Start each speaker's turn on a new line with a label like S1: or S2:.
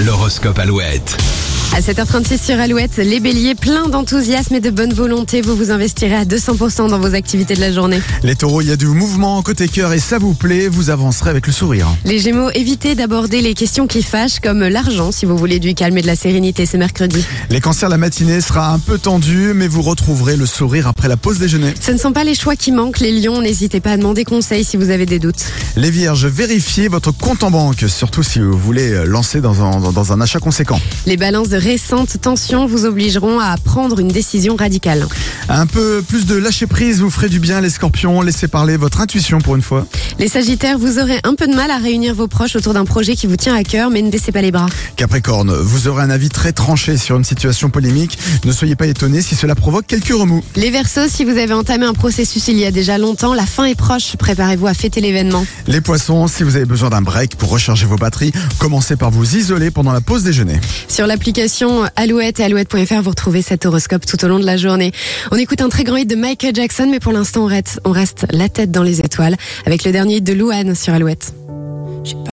S1: L'horoscope Alouette.
S2: À 7h36 sur Alouette, les béliers pleins d'enthousiasme et de bonne volonté, vous vous investirez à 200% dans vos activités de la journée.
S3: Les taureaux, il y a du mouvement côté cœur et ça vous plaît, vous avancerez avec le sourire.
S2: Les gémeaux, évitez d'aborder les questions qui fâchent comme l'argent si vous voulez du calme et de la sérénité ce mercredi.
S3: Les cancers, la matinée sera un peu tendue, mais vous retrouverez le sourire après la pause déjeuner.
S2: Ce ne sont pas les choix qui manquent, les lions, n'hésitez pas à demander conseil si vous avez des doutes.
S3: Les vierges, vérifiez votre compte en banque, surtout si vous voulez euh, lancer dans un, dans- dans un achat conséquent.
S2: Les balances de récentes tensions vous obligeront à prendre une décision radicale.
S3: Un peu plus de lâcher prise vous ferez du bien, les scorpions, laissez parler votre intuition pour une fois.
S2: Les sagittaires, vous aurez un peu de mal à réunir vos proches autour d'un projet qui vous tient à cœur, mais ne baissez pas les bras.
S3: Capricorne, vous aurez un avis très tranché sur une situation polémique, ne soyez pas étonné si cela provoque quelques remous.
S2: Les Verseaux, si vous avez entamé un processus il y a déjà longtemps, la fin est proche. Préparez-vous à fêter l'événement.
S3: Les poissons, si vous avez besoin d'un break pour recharger vos batteries, commencez par vous isoler pendant la pause déjeuner.
S2: Sur l'application Alouette et Alouette.fr, vous retrouvez cet horoscope tout au long de la journée. On écoute un très grand hit de Michael Jackson, mais pour l'instant, on reste, on reste la tête dans les étoiles avec le dernier hit de Louane sur Alouette.